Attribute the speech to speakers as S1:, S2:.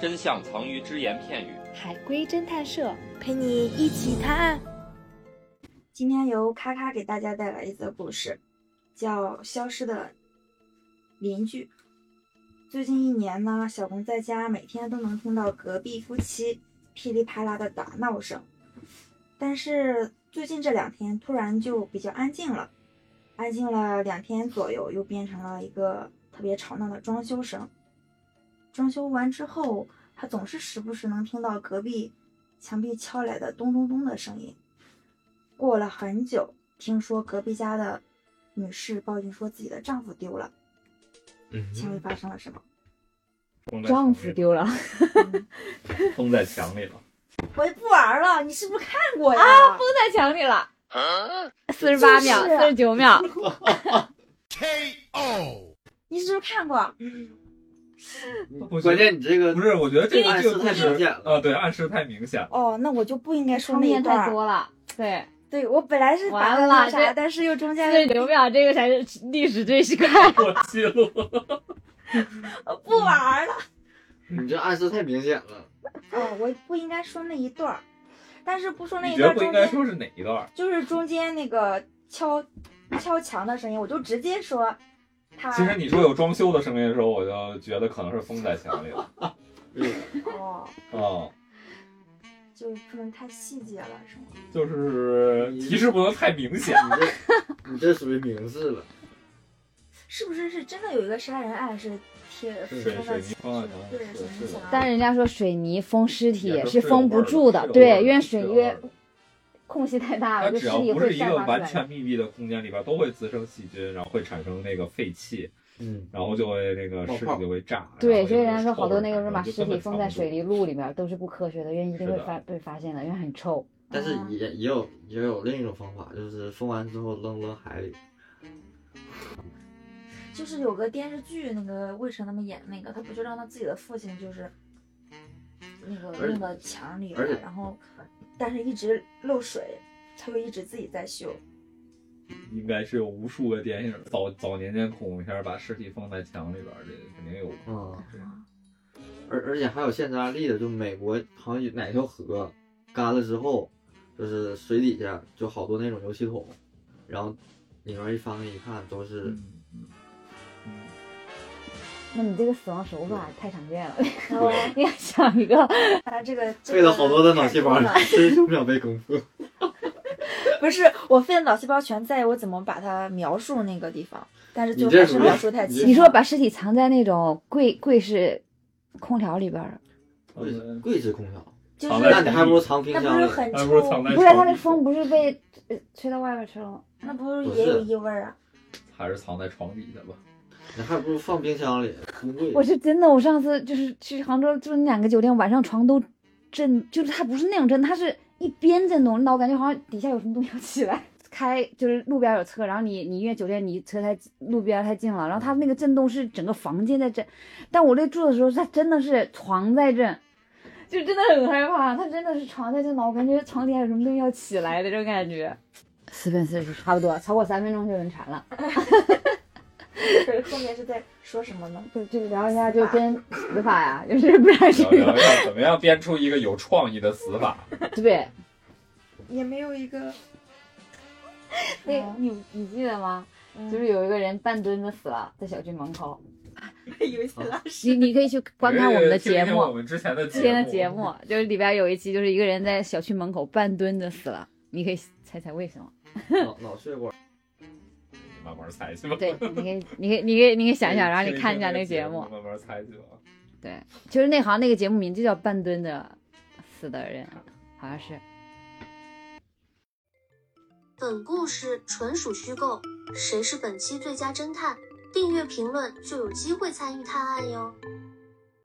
S1: 真相藏于只言片语。
S2: 海龟侦探社陪你一起探案。
S3: 今天由咔咔给大家带来一则故事，叫《消失的邻居》。最近一年呢，小红在家每天都能听到隔壁夫妻噼里啪啦的打闹声，但是最近这两天突然就比较安静了，安静了两天左右，又变成了一个特别吵闹的装修声。装修完之后，他总是时不时能听到隔壁墙壁敲来的咚咚咚的声音。过了很久，听说隔壁家的女士报警说自己的丈夫丢了。
S4: 嗯
S3: 请问发生了什么？
S5: 丈夫丢了，
S3: 嗯
S4: 封在墙里了，
S3: 我就不玩了，你是不是看过呀？
S5: 封在墙里了。
S4: 啊
S5: 四十八
S3: 啊
S5: 秒，四十九秒，
S3: 你是不是看过？
S6: 关键你这 个
S4: 不是，我觉得这个
S6: 暗
S4: 这
S6: 示
S4: 个
S6: 太明显了
S4: 啊，对，暗示太明显 了。
S3: 哦，那我就不应该说
S5: 充
S3: 那一
S5: 面太
S3: 段。
S5: 多了。对，
S3: 对我本来是把它
S5: 完了
S3: 那
S5: 这
S3: 啥，但是又中
S5: 四十
S3: 间
S5: 九秒，这个才是历史最快。
S4: 我记录，
S3: 呃不玩了。
S6: 你这暗示太明显了。
S3: 哦，我不应该说那一段儿，但是不说那
S4: 你
S3: 一
S4: 觉得
S3: 段
S4: 不应
S3: 中
S4: 该
S3: 间
S4: 说是哪一段？
S3: 就是中间那个敲敲墙的声音，我就直接说他
S4: 其实你说有装修的声音的时候，我就觉得可能是封在墙里 了。
S3: 哦，
S4: 啊，
S3: 就是不能太细节了，是吗？
S4: 就是提示不能太明显。
S6: 你这你这属于明示了，
S3: 是不是是真的有一个杀人案是贴
S4: 是
S3: 贴
S4: 水
S3: 在
S4: 泥
S3: 墙
S4: 封
S3: 上
S4: 在墙
S3: 对
S4: 上是
S3: 水泥
S4: 是
S3: 墙
S5: 但人家说水泥封尸体
S4: 也
S5: 是
S4: 是
S5: 封不住
S4: 的
S5: 的，，
S4: 是有味儿
S5: 对，
S4: 的
S5: 因为水
S4: 是有
S5: 因
S4: 味
S5: 为
S4: 儿的
S5: 空隙太大
S4: 它
S5: 了，就
S4: 只
S5: 尸
S4: 要
S5: 体
S4: 不是
S5: 会
S4: 一
S5: 散
S4: 个
S5: 发出
S4: 完
S5: 来。
S4: 全密闭的空间里边，都会滋生细菌，然后会产生那个废气，
S6: 嗯，
S4: 然后就会那个
S6: 冒
S4: 尸
S6: 泡
S4: 体就会炸。
S5: 对，
S4: 然后
S5: 所以
S4: 就
S5: 人家
S4: 是
S5: 说
S4: 臭
S5: 好多
S4: 味
S5: 那个
S4: 产
S5: 人
S4: 生
S5: 把
S4: 就
S5: 尸
S4: 根本
S5: 体封
S4: 藏
S5: 在
S4: 不
S5: 水
S4: 住
S5: 泥路里面都是不科学的，因为一定会
S4: 是的
S5: 发被发现的，因为很臭。
S6: 但是
S3: 嗯
S6: 也也有也有另一种方法，就是封完之后扔扔海
S4: 嗯
S6: 里。
S3: 就是有个电视剧，那个魏晨他们演那个，他不就让他自己的父亲就是那个
S6: 而
S3: 弄到墙里了
S6: 而且，
S3: 然后但是一直漏水，他又一直自己在 修。
S4: 应该是有无数个电影早早年间恐怖片把尸体放在墙里边儿，这肯定有。
S6: 嗯，而而且还有现实案例的，就美国好像有哪条河干了之后，就是水底下就好多那种油漆桶，然后里面一翻开一看都是。
S4: 嗯
S5: 那你这个死亡手法太常见了，
S3: 然后
S5: 你要想一个
S3: 他这个
S6: 费了好多的脑细胞
S3: 了，，
S6: 真是不想被攻破。
S3: 不是我费的脑细胞全在我怎么把它描述那个地方，但是
S6: 你
S3: 就
S6: 这
S3: 还
S6: 属
S3: 是
S6: 于
S3: 描述太
S6: 你
S3: 清。
S6: 这
S5: 你
S4: 啊
S5: 说把尸体藏在那种柜柜式空调里边儿，
S6: 贵
S4: 嗯
S6: 贵是空调，
S3: 就
S4: 藏
S6: 那
S3: 是
S4: 在
S6: 你还不如藏冰
S3: 那
S6: 箱
S3: 不是
S6: 里。
S3: 很
S4: 还啊不如藏
S3: 臭，
S4: 在
S5: 不是它
S4: 床
S5: 那
S4: 底
S5: 风不是被呃吹到外边去了吗？
S3: 那不是
S6: 不
S3: 也有
S6: 是
S3: 异味儿啊？
S4: 还是藏在床底下吧。
S6: 你还不如放冰箱里，不贵。
S5: 我是真的，我上次就是去杭州住那两个酒店，晚上床都震，就是它不是那种震，它是一边震动，那我感觉好像底下有什么东西要起来。 开就是路边有车，然后你你越酒店你车太路边太近了，然后它那个震动是整个房间在震，但我这住的时候它真的是床在震，就真的很害怕，它真的是床在震嘛，我感觉床底下有什么东西要起来的这种感觉。四分四十差不多，超过三分钟就有人馋了。
S3: 对，后面是在说什么呢？
S5: 就就聊一下就跟死法呀， 就是不然是
S4: 聊聊要怎么样编出一个有创意的死法。
S5: 对。
S3: 也没有一个，
S5: 那
S3: 嗯
S5: 你你记得吗？
S3: 嗯
S5: 就是有一个人半蹲着死了，在小区门口。
S3: 有些拉屎。
S5: 你你可以去观看我们的
S4: 听一
S5: 节
S4: 听我
S5: 目，
S4: 们之前的
S5: 之前的
S4: 节
S5: 节目就是里边有一期，就是一个人在小区门口半蹲着死了，你可以猜猜为什么？
S6: 脑脑血管，
S4: 你慢慢猜去吧。
S5: 对，你可以你可以你可以你可以想一想，然后
S4: 听
S5: 你看一下那个
S4: 个
S5: 节
S4: 目
S5: 目，，
S4: 慢慢猜去吧。
S5: 对，就是那好像那个节目名就叫半蹲着死的人，好像是。
S7: 本故事纯属虚构，谁是本期最佳侦探？订阅评论就有机会参与探案哟。